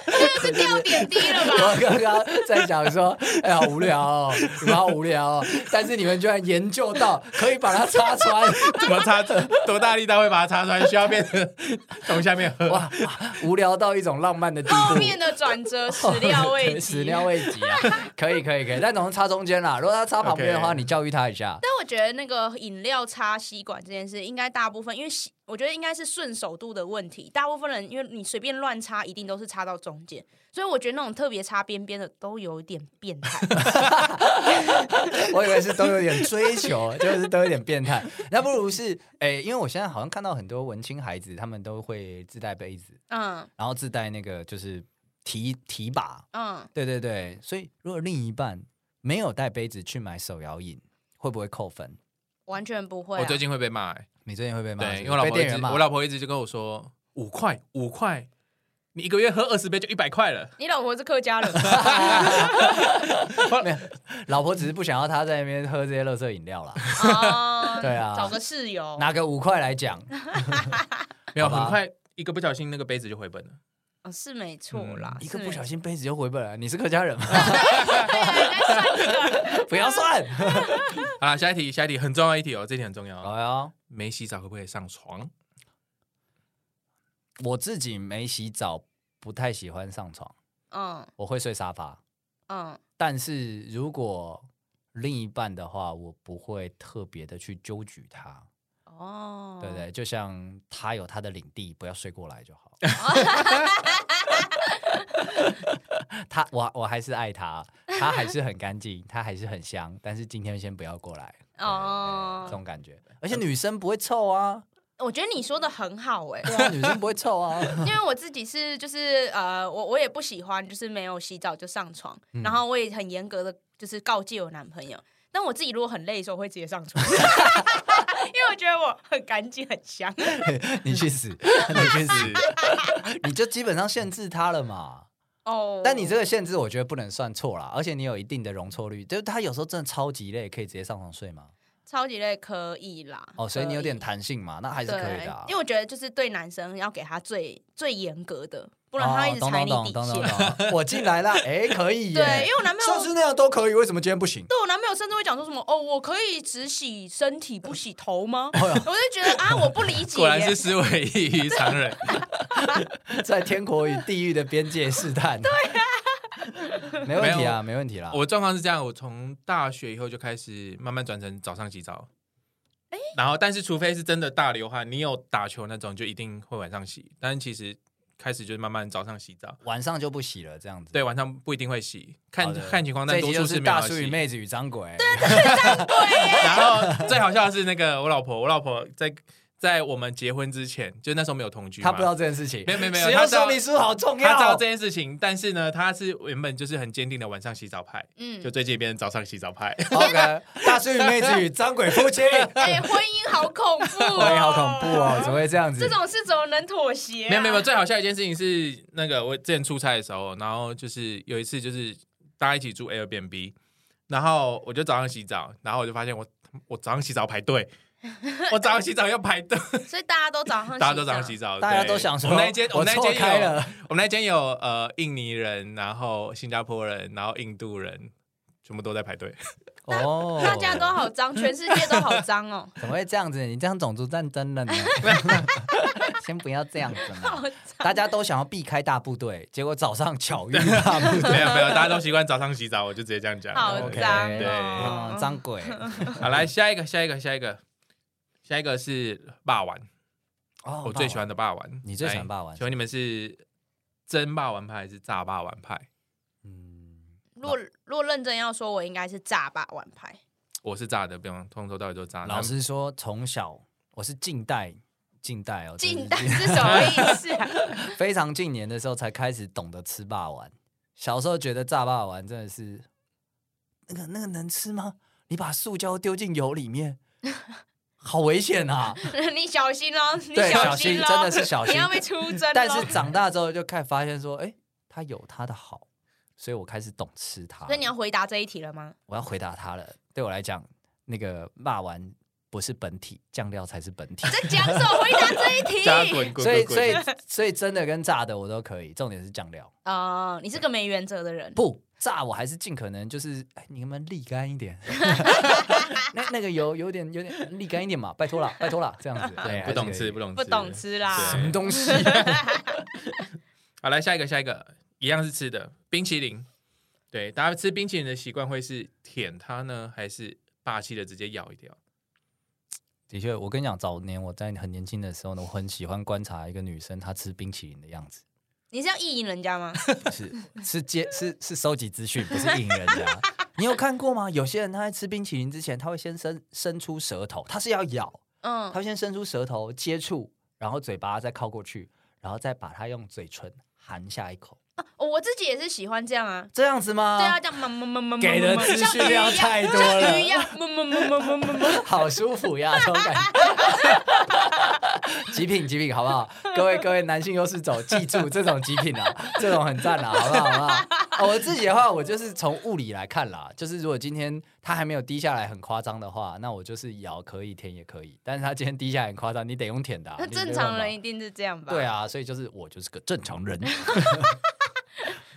S1: 这是掉点滴了吧？
S2: 我刚刚在讲说，哎呀，好无聊、哦，你们好无聊、哦，但是你们居然研究到可以把它插穿，
S3: 怎么擦多大力道会把它擦出来，需要变成从下面喝。
S2: 哇，哇 无聊到一种浪漫的地
S1: 后
S2: 步。
S1: 面的转
S2: 哦
S1: 折始料未
S2: 始
S1: 及。
S2: 料未及啊！可以可以可以，但总是插中间啦。如果他插旁边的话
S3: OK
S2: 你教育他一下。
S1: 但我觉得那个饮料插吸管这件事，应该大部分因为吸，我觉得应该是顺手度的问题。大部分人因为你随便乱插，一定都是插到中间，所以我觉得那种特别插边边的都有点变 态。
S2: 我以为是都有点追求，就是都有点变态。那不如是诶、因为我现在好像看到很多文青孩子，他们都会自带杯子，
S1: 嗯
S2: 然后自带那个就是提提把。
S1: 嗯，
S2: 对对对，所以如果另一半没有带杯子去买手摇饮，会不会扣分？
S1: 完全不
S2: 哦
S1: 会、啊。
S3: 我最近会被骂、欸，
S2: 你最近会被骂是不是，
S3: 对，因为我老
S2: 被
S3: 婆一
S2: 店
S3: 直
S2: 员骂。
S3: 我老婆一直就跟我说五块五块，你一个月喝二十杯就一百块了。
S1: 你老婆是客家人吗，
S2: 没有，老婆只是不想要他在那边喝这些垃圾饮料啦。
S1: 哦
S2: 对啊
S1: 找个室友。
S2: 拿个五块来讲，
S3: 没有，
S2: 好吧
S3: 很快一个不小心那个杯子就回本了。
S1: 哦是没错啦，
S2: 嗯一个
S1: 是欸
S2: 不
S1: 没
S2: 小心杯子就回本了。你是客家人吗？ 不要算。
S3: 好啦，下一题，下一题很重要一题哦，这题很重要哦。
S2: 哎呀，
S3: 没洗澡可不可以上床？
S2: 我自己没洗澡，不太喜欢上床，
S1: 嗯
S2: 我会睡沙发。
S1: 嗯
S2: 但是如果另一半的话，我不会特别的去纠举他，
S1: 哦，
S2: 对不对？就像他有他的领地，不要睡过来就 好。他我我还是爱他，他还是很干净，他还是很香，但是今天先不要过来
S1: 哦
S2: 对对对这种感觉。而且女生不会臭啊，
S1: 我觉得你说的很好哎、
S2: 对啊，女生不会臭啊。
S1: 因为我自己是就是呃，我我也不喜欢就是没有洗澡就上床，
S2: 嗯
S1: 然后我也很严格的就是告诫我男朋友。但我自己如果很累的时候，我会直接上床， 因为我觉得我很干净很香。
S2: 你去死，你去死，你就基本上限制他了嘛。
S1: 哦，
S2: 但你这个限制，我觉得不能算错啦，而且你有一定的容错率，就是他有时候真的超级累，可以直接上床睡吗？
S1: 超级累可以啦。
S2: 哦，所以你有点
S1: 可
S2: 弹性嘛，那还
S1: 以
S2: 是可以的、啊
S1: 对因为。我觉得就是对男生要给他最最严格的，不然他一直
S2: 哦
S1: 踩你
S2: 懂
S1: 底
S2: 懂懂懂
S1: 线。
S2: 懂懂我进来啦，哎，可以耶。
S1: 对，因为我男朋
S2: 上
S1: 友
S2: 次那样都可以，为什么今天不行？
S1: 对我男朋友甚至会讲说什么哦，我可以只洗身体不洗头 吗？我就觉得啊，我不理解耶。
S3: 哎果然是思维异于常人。
S2: 在天国与地狱的边界 试探。对啊，没问题啊，没问题啦。
S3: 我状况是这样，我从大学以后就开始慢慢转成早上洗澡。然后，但是除非是真的大流汗，你有打球那种，就一定会晚上洗。但是其实开始就是慢慢早上洗澡，
S2: 晚上就不洗了，这样子。
S3: 对，晚上不一定会洗，看
S2: 好的
S3: 看情况，
S2: 这
S3: 但
S2: 一
S3: 多
S2: 集
S3: 数
S2: 就是是
S3: 没有
S2: 大
S3: 要
S2: 叔与
S3: 洗。
S2: 妹子与张鬼。
S3: 然后最好笑的是那个我老婆，我老婆在在我们结婚之前，就那时候没有同居嘛，
S2: 他不知道这件事情，
S3: 没有没有没有
S2: 使用说明书好 重要。
S3: 她知道这件事情，但是呢，她是原本就是很坚定的晚上洗澡派，
S1: 嗯
S3: 就，最近变成早上洗澡 派。
S2: OK，大叔与妹子与张鬼夫妻，
S1: 哎、婚姻好恐怖、 哦，
S2: 哇，你好恐怖哦， 怎么会这样
S1: 这
S2: 子？
S1: 种事怎么能妥协、啊？
S3: 没有没有没有，最好笑的一件事情是那个我之前出差的时候，然后就是有一次就是大家一起住 Airbnb，然后我就早上洗澡，然后我就发现我我早上洗澡 排队，我早上洗澡要排队，
S1: 所以大家都早上洗澡，
S3: 大家都早上洗澡，
S2: 大家
S3: 对
S2: 都想说，
S3: 我们那一间我
S2: 我
S3: 们那一
S2: 错
S3: 间
S2: 开
S3: 有
S2: 了，
S3: 我们那一间有呃印尼人，然后新加坡人，然后印度人。全部都在排队，
S2: 哦，，
S1: 大家都好脏，全世界都好脏 哦
S2: 怎么会这样子？你这样种族战争了呢？先不要这样子嘛
S1: 好，
S2: 大家都想要避开大部队，结果早上巧遇大 部队。
S3: 没有没有，大家都习惯早上洗澡，我就直接这样讲。
S1: 好
S2: OK，
S1: 脏
S3: 对
S2: 嗯
S1: 哦，
S2: 张鬼
S3: 好，来下一个，下一个，下一个，下一个是霸王。
S2: 哦
S3: 我最喜欢的霸王，
S2: 你最喜欢霸
S3: 来
S2: 王
S3: 请问你们是真霸王派还是炸霸王派？
S2: 嗯，
S1: 若若认真要说，我应该是炸吧玩牌，
S3: 我是炸的，不用从头到尾都炸。
S2: 老实说，从小我是近代。近代哦，
S1: 近代
S2: 代。
S1: 是什么意思啊？
S2: 非常近年的时候才开始懂得吃霸丸。小时候觉得炸霸丸真的是那个那个能吃吗？你把塑胶丢进油里面，好危险 啊！
S1: 你小心哦，你
S2: 对小
S1: 心
S2: 心
S1: 喽，
S2: 真的是小心
S1: 你要被出征咯。
S2: 但是长大之后就看发现说，哎、它有它的好，所以我开始懂吃它了。
S1: 所以你要回答这一题了吗？
S2: 我要回答他了。对我来讲，那个骂完不是本体，酱料才是本体。
S1: 在讲什么？回答这一
S3: 加
S1: 题
S3: 滚滚
S2: 所 以，
S3: 滚
S2: 所以
S3: 滚！，
S2: 所以真的跟炸的我都可以，重点是酱料。
S1: 哦，你是个没原则的人。
S2: 不炸我还是尽可能就是，哎，你们沥干一点，那那个油有点有点沥干一点嘛，拜托啦，拜托啦，这样子。
S3: 对
S2: 哎，
S3: 不懂
S2: 还是可以
S3: 吃，不懂吃，
S1: 不懂吃啦
S2: 什
S3: 对
S2: 么东西？
S3: 好，来下一个，下一个，一样是吃的冰淇淋。对，大家吃冰淇淋的习惯会是舔它呢，还是霸气的直接咬一掉？
S2: 的确，我跟你讲，早年我在很年轻的时候呢，我很喜欢观察一个女生她吃冰淇淋的样子，
S1: 你是要意淫人家吗？
S2: 是是接是是收集资讯，不是引人的啊、你有看过吗？有些人他在吃冰淇淋之前，他会先伸伸出舌头，他是要咬，
S1: 嗯
S2: 他，会先伸出舌头接触，然后嘴巴再靠过去，然后再把它用嘴唇含下一口，
S1: 哦我自己也是喜欢这样啊。
S2: 这样子吗？
S1: 对啊，，这样么么么么，
S2: 给的资
S1: 像
S2: 讯量
S1: 鱼一样，
S2: 太多
S1: 像鱼一
S2: 了，
S1: 样，么么么么么么么。
S2: 好舒服 呀，这种感觉。 极品极品，好不好？各位各位男性优势走，记住这种极品 啊，这种很赞啊，好不好？好不好？哦我自己的话，我就是从物理来看啦，就是如果今天它还没有滴下来很夸张的话，那我就是咬可以，舔也可以。但是它今天滴下来很夸张，你得用舔的、啊。
S1: 那
S2: 你没办
S1: 正
S2: 法
S1: 常人一定是这样吧？
S2: 对，啊，所以就是我就是个正常 人。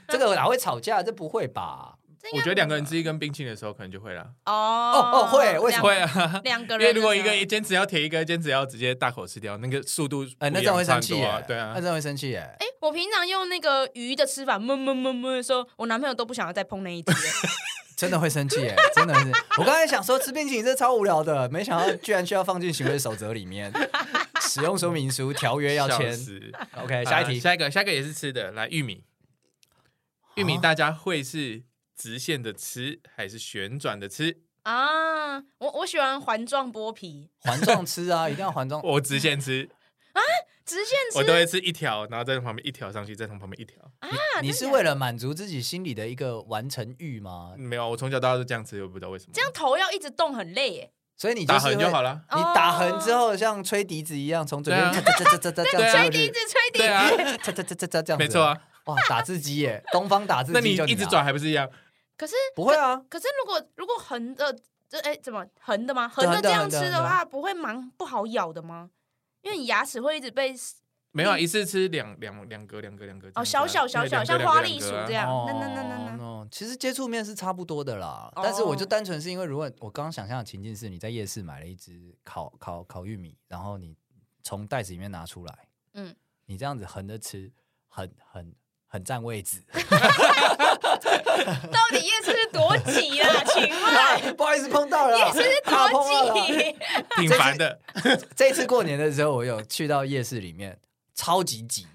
S2: 这个哪会吵架？这不会吧？
S3: 我觉得两个人吃一根冰淇淋的时候，可能就会啦。
S1: 哦
S2: 哦哦会为什么
S3: 会啊，
S1: 两个
S3: 因
S1: 人的时候？
S3: 为如果一个坚持要舔，一个坚持要直接大口吃掉，那个速度
S2: 哎、那
S3: 不一
S2: 这
S3: 样
S2: 样会生
S3: 差
S2: 气
S3: 很
S2: 耶、
S3: 多啊，对啊
S2: 那，这样会生气耶、
S1: 哎， 我平常用那个鱼的吃法，么么么么的时候，我男朋友都不想要再碰那一只了。
S2: 真的会生气耶、真的会生气。我刚才想说吃冰淇淋这超无聊的，没想到居然需要放进行为守则里 面，使用说明书、条约要
S3: 笑
S2: 签。
S3: 死
S2: OK，下一
S3: 啊
S2: 题，
S3: 下一个，下一个也是吃的，来玉米。玉米
S2: 啊
S3: 大家会是直线的吃，还是旋转的吃？
S1: 啊，我我喜欢环状剥皮，
S2: 环状吃啊，一定要环状。
S3: 我直线 吃，
S1: 直线
S3: 我
S1: 吃
S3: 都会吃一条，然后再从旁边一条上去，再从旁边 一条。
S2: 你是为了满足自己心里的一个完成欲吗？
S3: 没有，我从小到大都这样吃，我不知道为什么。
S1: 这样头要一直动很累耶。
S2: 所以你
S3: 打
S2: 是
S3: 横
S2: 会
S3: 就好。了。
S2: 你打横之后，像吹笛子一样，从嘴边
S3: 对
S2: 这
S3: 啊
S2: 这这这这这样
S1: 吹
S2: 子
S1: 笛子，吹笛
S3: 对啊
S1: 子，，
S2: 这这这这这这样，
S3: 没错。啊。
S2: 哇，打字机耶，东方打字
S3: 那
S2: 机
S3: 你
S2: 就啊
S3: 一直
S2: 拿
S3: 转还不是一样？
S1: 可是
S2: 不会啊，
S1: 可是如果如果横的，这哎怎么横的吗？
S2: 对啊
S1: 横
S2: 横的
S1: 的这样
S2: 横的
S1: 吃的
S2: 横
S1: 话，不会蛮不好咬的吗？因为你牙齿会一直被
S3: 没
S2: 嗯
S3: 有，啊，一次吃两两两格，两格，啊两格。
S1: 哦小小小小像花栗鼠这样，那那那那那
S2: 哦，其实接触面是差不多的啦，
S1: 哦
S2: 但是我就单纯是因为，如果我刚刚想象的情境是你在夜市买了一只烤烤烤玉米，然后你从袋子里面拿出来，
S1: 嗯
S2: 你这样子横着吃，很很很占位置。
S1: 到底夜市是多挤啦？请问
S2: 不好意思碰到了啦，
S1: 夜市是
S2: 啊碰到
S1: 多
S2: 了啦
S1: 挤？
S3: 挺烦的。
S2: 这次过年的时候，我有去到夜市里面，超级挤，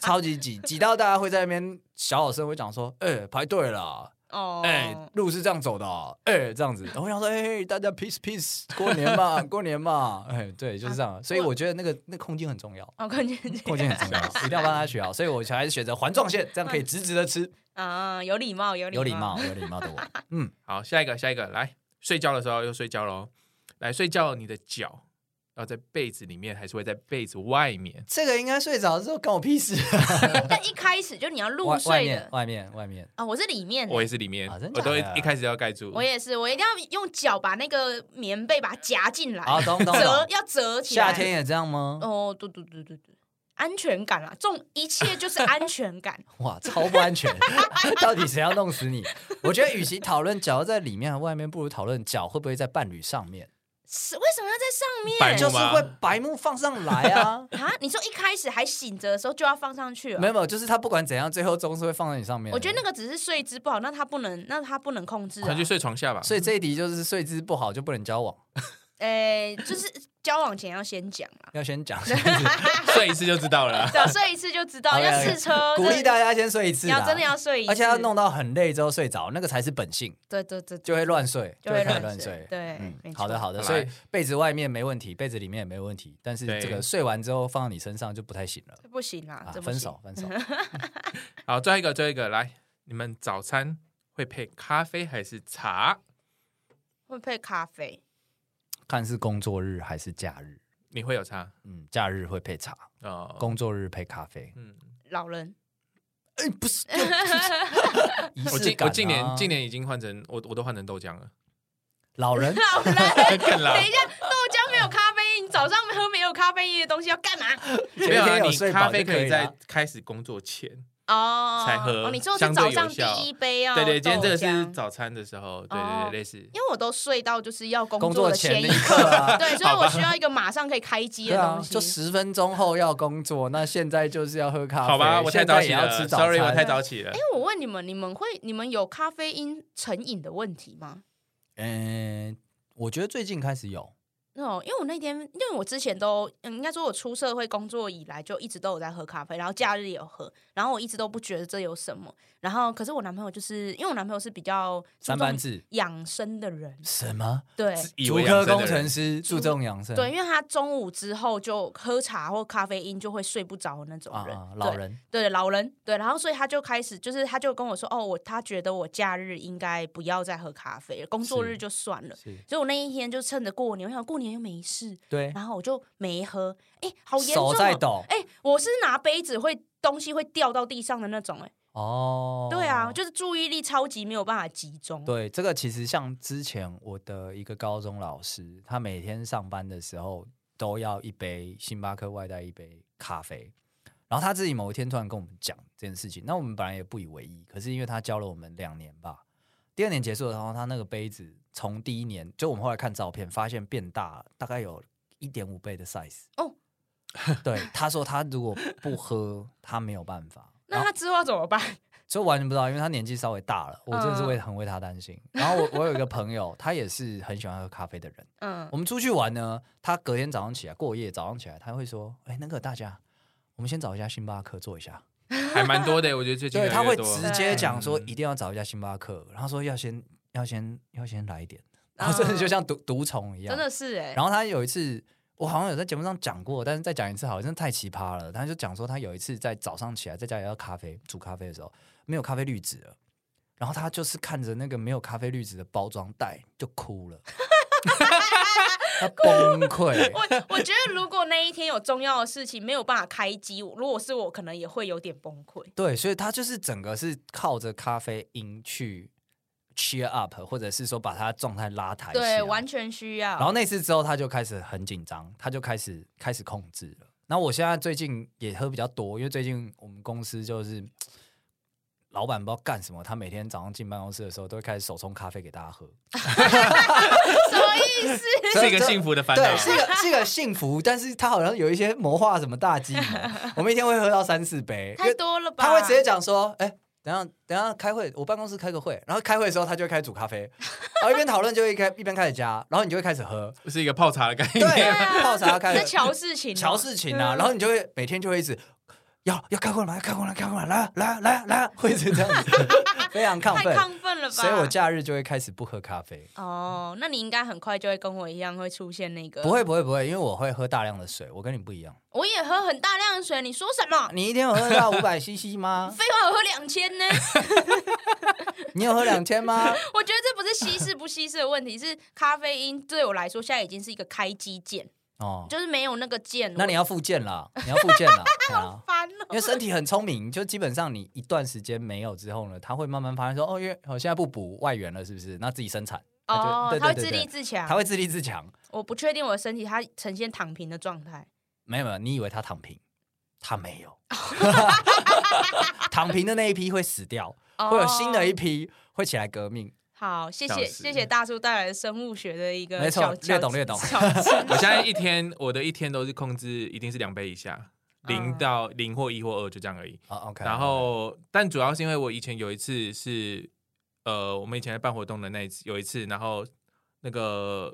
S2: 超级挤，挤到大家会在那边小小声会讲说：“哎、排队了，
S1: 哦，
S2: 哎、路是这样走的哦，哎、这样子。”然后我想说：“哎、大家 peace peace，过 年嘛，过年嘛，哎、
S1: 啊
S2: 对，就是这样。”所以我觉得那个那空间很 重要，
S1: 哦，关键
S2: 空间很重要，一定要帮 他学好。所以我还是选择环状线，这样可以直直的吃，
S1: 啊，有礼嗯貌，有
S2: 有礼貌， 有礼貌的我。嗯，
S3: 好，下一个，下一个，来睡觉的时候又睡觉喽。来睡觉，你的脚要在被子里面，还是会在被子外面？
S2: 这个应该睡着之后关我屁事。
S1: 但一开始就你要 入
S2: 外外
S1: 睡
S2: 面
S1: 的，
S2: 外面外面，
S1: 啊，我是里面的，
S3: 我也是里面，
S2: 啊真
S3: 我
S2: 假的
S3: 都会一开始要盖住。
S1: 我也是，我一定要用脚把那个棉被把它夹进来，
S2: 好，懂懂
S1: 哎折
S3: 哦
S2: 懂。
S1: 要折起来。
S2: 哦夏天也这样吗？
S1: 哦，对对对对对，安全感啦，重一切就是安全 感。
S2: 哇，超不安全！ 到底谁要弄死你？我觉得，与其讨论脚要在里面还外面，不如讨论脚会不会在伴侣上面，
S1: 是为什么要在上
S3: 白
S1: 面？
S2: 就
S3: 目
S2: 是
S3: 吗
S2: 会白目放上来啊。
S1: 啊，你说一开始还醒着的时候就要放上去
S2: 没
S1: 了。
S2: 有没有，就是他不管怎样，最后终是会放在你上面
S1: 啊
S2: 的。
S1: 我觉得那个只是睡姿不好，那他不能，那他不能控制、
S3: 他
S1: 啊
S3: 去。睡床下吧。
S2: 所以这一题就是睡姿不好就不能交 往，
S1: 哎、就是交往前要先讲 啦，
S2: 要先讲。
S3: 睡一次就知道了。
S1: 只要睡一次就知道，
S2: OK，OK
S1: 要试车，
S2: 鼓励大家先睡一次
S1: 你
S2: 啦，
S1: 要真的要睡一次，
S2: 而且要弄到很累之后睡着，那个才是本性，
S1: 对，对对对，
S2: 就会乱睡，
S1: 就会
S2: 开始
S1: 乱
S2: 乱
S1: 睡
S2: 睡。
S1: 对
S2: 嗯
S1: 没，错
S2: 好的好的，所以被子外面没问题，被子里面也没问题，但是
S3: 对
S2: 这个睡完之后放到你身上就不太行了
S1: 这不行啦，
S2: 啊
S1: 这，不
S2: 分
S1: 行
S2: 手分手。
S3: 好，最后一个，最后一个，来，你们早餐会配咖啡还是茶？
S1: 会配咖啡。
S2: 看是工作日还是假日。
S3: 你会有茶
S2: 嗯，假日会配茶，
S3: 哦，
S2: 工作日配咖啡。
S3: 嗯，
S1: 老人
S2: 哎，不 是， 仪
S3: 我
S2: 式
S3: 今
S2: 感
S3: 我
S2: 啊
S3: 近年近年已经换成我我都换成豆浆了，
S2: 老人
S1: 老人，
S3: 更老
S1: 等一下，豆浆没有咖啡因，早上喝没有咖啡因的东西要干嘛？
S2: 前
S3: 没有
S2: 一
S3: 啊，
S2: 天有
S3: 你
S2: 睡
S3: 咖
S2: 饱
S3: 啡
S2: 就
S3: 可
S2: 可
S3: 以
S2: 以
S3: 在
S2: 了。
S3: 开始工作前，
S1: 哦，
S3: 才喝
S1: 哦你说的是
S3: 相对
S1: 早
S3: 有
S1: 上第
S3: 效
S1: 一杯
S2: 哦
S1: 要
S3: 对对，今天这个
S1: 豆
S3: 是
S1: 浆
S3: 早餐的时候，对
S1: 哦
S3: 对对，类似
S1: 因为我都睡到就是要工
S2: 工
S1: 作
S2: 作
S1: 的
S2: 前
S1: 一
S2: 那一刻啊
S1: 对，所以我需要一个马上可以开机
S2: 对
S1: 的
S2: 啊
S1: 东，西。
S2: 就十分钟后要工 作，那现在就是要喝咖啡。
S3: 好吧，我太
S2: 现
S3: 早
S2: 在也
S3: 起
S2: 要
S3: 了
S2: 吃早餐。啊
S3: ，sorry，我太早起了
S1: 哎。，我问你们，你们会你们有咖啡因成瘾的问题吗？
S2: 嗯，我觉得最近开始有，
S1: 哦，因为我那天，因为我之前都，嗯，应该说我出社会工作以来就一直都有在喝咖啡，然后假日也有喝，然后我一直都不觉得这有什么。然后，可是我男朋友就是，因为我男朋友是比较
S2: 三班制
S1: 养生的人，
S2: 什么？
S1: 对，
S3: 以
S2: 竹
S3: 为
S2: 科
S3: 养生的
S2: 工程
S3: 人
S2: 师注重养生，
S1: 对，因为他中午之后就喝茶或咖啡因就会睡不着的那种
S2: 啊
S1: 人，
S2: 啊，
S1: 对
S2: 老人
S1: 对老人对，然后所以他就开始就是他就跟我说，哦，我他觉得我假日应该不要再喝咖啡了，工作
S2: 是
S1: 日就算了。
S2: 是
S1: 所以我那一天就趁着过年，我想过年又没事，
S2: 对，
S1: 然后我就没喝，哎、好严重、
S2: 手在
S1: 哦！
S2: 抖
S1: 哎、我是拿杯子会东西会掉到地上的那种、哎、
S2: 哦。
S1: 对啊，就是注意力超级没有办法集中。
S2: 对，这个其实像之前我的一个高中老师，他每天上班的时候都要一杯星巴克外带一杯咖啡，然后他自己某一天突然跟我们讲这件事情，那我们本来也不以为意，可是因为他教了我们两年吧，第二年结束的时候，他那个杯子从第一年就我们后来看照片发现变大了，大概有一点五倍的 size
S1: 哦。
S2: 对，他说他如果不喝，他没有办法。
S1: 那他之后要怎么办？
S2: 所以我完全不知道，因为他年纪稍微大了，我真
S1: 嗯
S2: 的是为很为他担心。然后我我有一个朋友，他也是很喜欢喝咖啡的人。
S1: 嗯
S2: 我，们出去玩呢，他隔天早上起来过夜，早上起来他会说：“哎、那个大家，我们先找一家星巴克坐一下。
S3: 还蛮多的，我觉得最”近
S2: 对，
S3: 越来
S2: 他
S3: 越
S2: 会
S3: 多
S2: 直接讲说
S3: 嗯
S2: 一定要找一家星巴克，然后说要先要先要先来一点，然后真的就像毒毒虫一
S1: 嗯
S2: 样，
S1: 真的是哎、
S2: 然后他有一次，我好像有在节目上讲过，但是再讲一次好，真的太奇葩了。他就讲说，他有一次在早上起来在家里要咖啡煮咖啡的时候，没有咖啡滤纸 了，然后他就是看着那个没有咖啡滤纸的包装袋就哭了，他崩溃。
S1: 我我觉得如果那一天有重要的事情没有办法开机，如果是我，可能也会有点崩溃。
S2: 对，所以他就是整个是靠着咖啡因去 cheer up，或者是说把他状态拉抬起来。
S1: 对，完全需要。
S2: 啊然后那次之后，他就开始很紧张，他就开始开始控制了。然后我现在最近也喝比较多，因为最近我们公司就是老板不知道干什么，他每天早上进办公室的时候都会开始手冲咖啡给大家喝，
S1: 什么意思？
S3: 是一个幸福的烦恼。
S2: 对，是一个是一个幸福，但是他好像有一些谋划什么大计 谋，我们一天会喝到三四杯， 因
S1: 太
S2: 为
S1: 多了吧？
S2: 他会直接讲说，哎、等一下，等一下开会，我办公室开个会，然后开会的时候他就会开始煮咖啡，然后一边讨论就会开一边开始加，然后你就会开始 喝，
S3: 是一个泡茶的概
S2: 对
S3: 念。，
S1: 啊
S2: 泡茶开
S1: 在
S2: 始
S1: 瞧事情哦，
S2: 瞧事情啊，
S1: 嗯
S2: 然后你就会每天就会一直要要开过来，开过来，开过来，来啊来啊来啊来 啊，会一直这样子，非常亢
S1: 太
S2: 奋。
S1: 亢奋了吧？
S2: 所以我假日就会开始不喝咖啡，
S1: 哦，那你应该很快就会跟我一样会出现那个。
S2: 不，会不会不会，因为我会喝大量的水，我跟你不一样。
S1: 我也喝很大量的水，你说什么？
S2: 你一天有喝 到五百 CC 吗？
S1: 废话，我喝两千 呢。
S2: 你有喝两千吗？
S1: 我觉得这不是稀释不稀释的问题，是咖啡因对我来说现在已经是一个开机键，
S2: 哦，
S1: 就是没有那个键。
S2: 那你要复健啦，你要复健 啦，对啊
S1: 我烦哦了。
S2: 因为身体很聪明，就基本上你一段时间没有之后呢，他会慢慢发现说，哦，因为我现在不补外援了，是不是？那自己生产，它啊就
S1: 哦
S2: 对，
S1: 他
S2: 对
S1: 会
S2: 对
S1: 自立
S2: 对，啊
S1: 自
S2: 他
S1: 强。
S2: 会自立自强。
S1: 我不确定我的身体它呈现躺平的状态。
S2: 没有没有，你以为他躺平，他没有。 躺平的那一批会死掉，会有新的一
S1: 哦
S2: 批会起来革命。
S1: 好，谢
S3: 小
S1: 谢
S3: 时
S1: 谢谢大叔带来的生物学的一个
S2: 没错
S1: 小
S2: 略懂
S1: 小
S2: 略懂
S1: 小知 识
S3: 我现在一天，我的一天都是控制，一定是两杯以下，零
S1: 嗯
S3: 到零或一或二就这样而已。
S2: 啊，OK，
S3: 然后，但主要是因为我以前有一次是，呃，我们以前在办活动的那一次，有一次，然后那个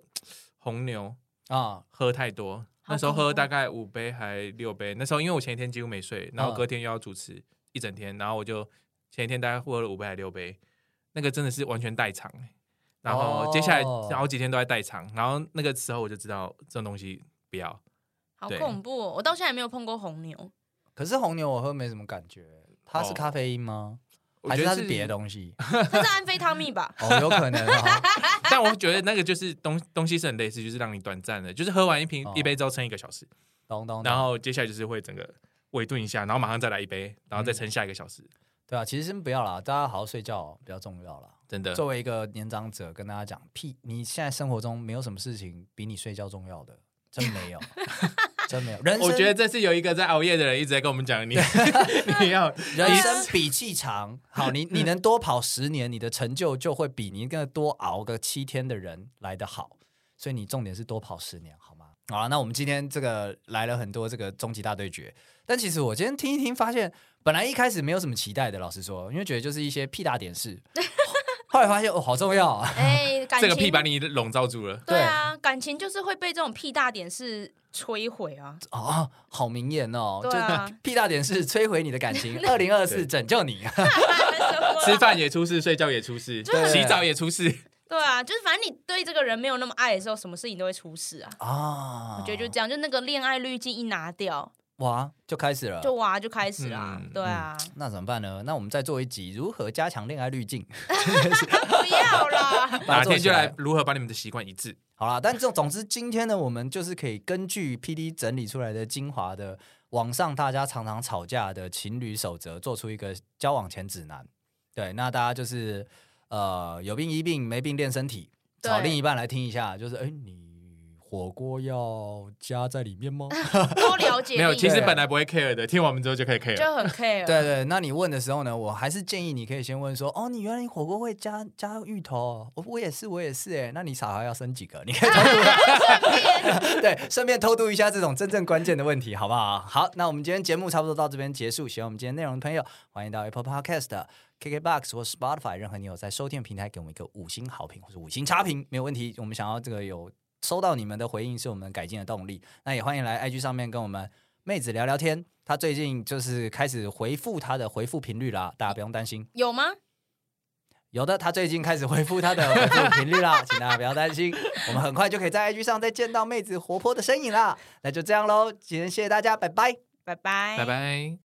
S3: 红牛
S2: 啊，
S3: 喝太多，
S1: 好
S3: 那时候
S1: 恐
S3: 喝
S1: 怖
S3: 大概五杯还六杯。那时候因为我前一天几乎没睡，然后
S2: 嗯
S3: 隔天又要主持一整天，然后我就前一天大概喝了五杯还六杯，那个真的是完全代偿、欸然后
S2: 哦
S3: 接下来好几天都在代偿，然后那个时候我就知道这种东西不要。
S1: 好
S3: 对
S1: 恐怖、哦！我到现在也没有碰过红牛，
S2: 可是红牛我喝没什么感觉，它是咖啡因吗？
S3: 哦我
S2: 还
S3: 觉
S2: 是
S3: 得
S2: 它是别的，东 西？？
S1: 这是安非他命吧
S2: 哦，有可能啊。
S3: 但我觉得那个就是东东西是很类似，就是让你短暂的，就是喝完一瓶、
S2: 哦
S3: 一杯之后撑一个小时，
S2: 懂懂。懂 嗯
S3: 然后接下来就是会整个。微顿一下，然后马上再来一杯，然后再撑下一个小时。
S2: 对啊，其实先不要啦，大家好好睡觉哦比较重要啦。
S3: 真的
S2: 作为一个年长者，跟大家讲，屁，你现在生活中没有什么事情比你睡觉重要的，真没 有，真没有。人生
S3: 我觉得这是有一个在熬夜的人一直在跟我 们讲，你 你要
S2: 人生比气长，好，你你能多跑十年，你的成就就会比你更多熬个七天的人来得好。所以你重点是多跑十年，好吗？好了，那我们今天这个来了很多这个终极大对决，但其实我今天听一听，发现本来一开始没有什么期待的，老实说，因为觉得就是一些屁大点事， 后来发现哦，好重要啊！
S1: 哎、感
S3: 这
S1: 情
S3: 个屁把你笼罩 住了。
S1: 对啊，感情就是会被这种屁大点事摧毁啊。
S2: 哦，好明艳哦，
S1: 对啊
S2: 就 屁大点事摧毁你的感 情，二零二四
S3: 对
S2: 拯救你。
S1: 什 么
S3: 吃饭也出事，睡觉也出事，
S2: 啊对啊
S3: 洗澡也出事，
S1: 对啊，就是反正你对这个人没有那么爱的时候，什么事情都会出事啊。
S2: 啊，
S3: 哦
S1: 我觉得就这样，就那个恋爱滤镜一拿掉，
S2: 哇，就开始了，
S1: 就哇就开始啦。
S3: 哦嗯
S1: 对啊，
S2: 那怎么办呢？那我们再做一集如何加强恋爱滤镜，
S1: 不要啦。
S2: 把它
S3: 哪
S2: 做
S3: 天
S2: 起
S3: 就来。如何把你们的习惯一致。
S2: 好啦，但这总之今天呢，我们就是可以根据 P D 整理出来的精华的网上大家常常吵架的情侣守则，做出一个交往前指南。对，那大家就是呃有病医病，没病练身体，
S1: 对
S2: 找另一半来听一下，就是哎你火锅要加在里面吗？
S1: 多了解
S3: 没有，
S1: 另一
S3: 其实
S1: 个
S3: 本来不会 care 的，听完我们之后就可以 care。
S1: 就很 care。
S2: 对对，那你问的时候呢，我还是建议你可以先问说，哦，你原来你火锅会加加芋头哦，我我也是，我也是哎，那你小孩要生几个？你可以偷渡， 对，顺便偷渡一下这种真正关键的问题，好不好？好，那我们今天节目差不多到这边结束，喜欢我们今天内容的朋友，欢迎到 Apple Podcast。KKBox 或 Spotify 任何你有在收听的平台，给我们一个五星好评或者五星差评，没有问题。我们想要这个有收到你们的回应，是我们改进的动力。那也欢迎来 IG 上面跟我们妹子聊聊天。她最近就是开始回复她的回复频率啦，大家不用担心。
S1: 有吗？
S2: 有的，她最近开始回复她的回复频率啦，请大家不要担心。我们很快就可以在 IG 上再见到妹子活泼的身影啦。那就这样喽，今天谢谢大家，拜拜。
S1: 拜拜，
S3: 拜。拜。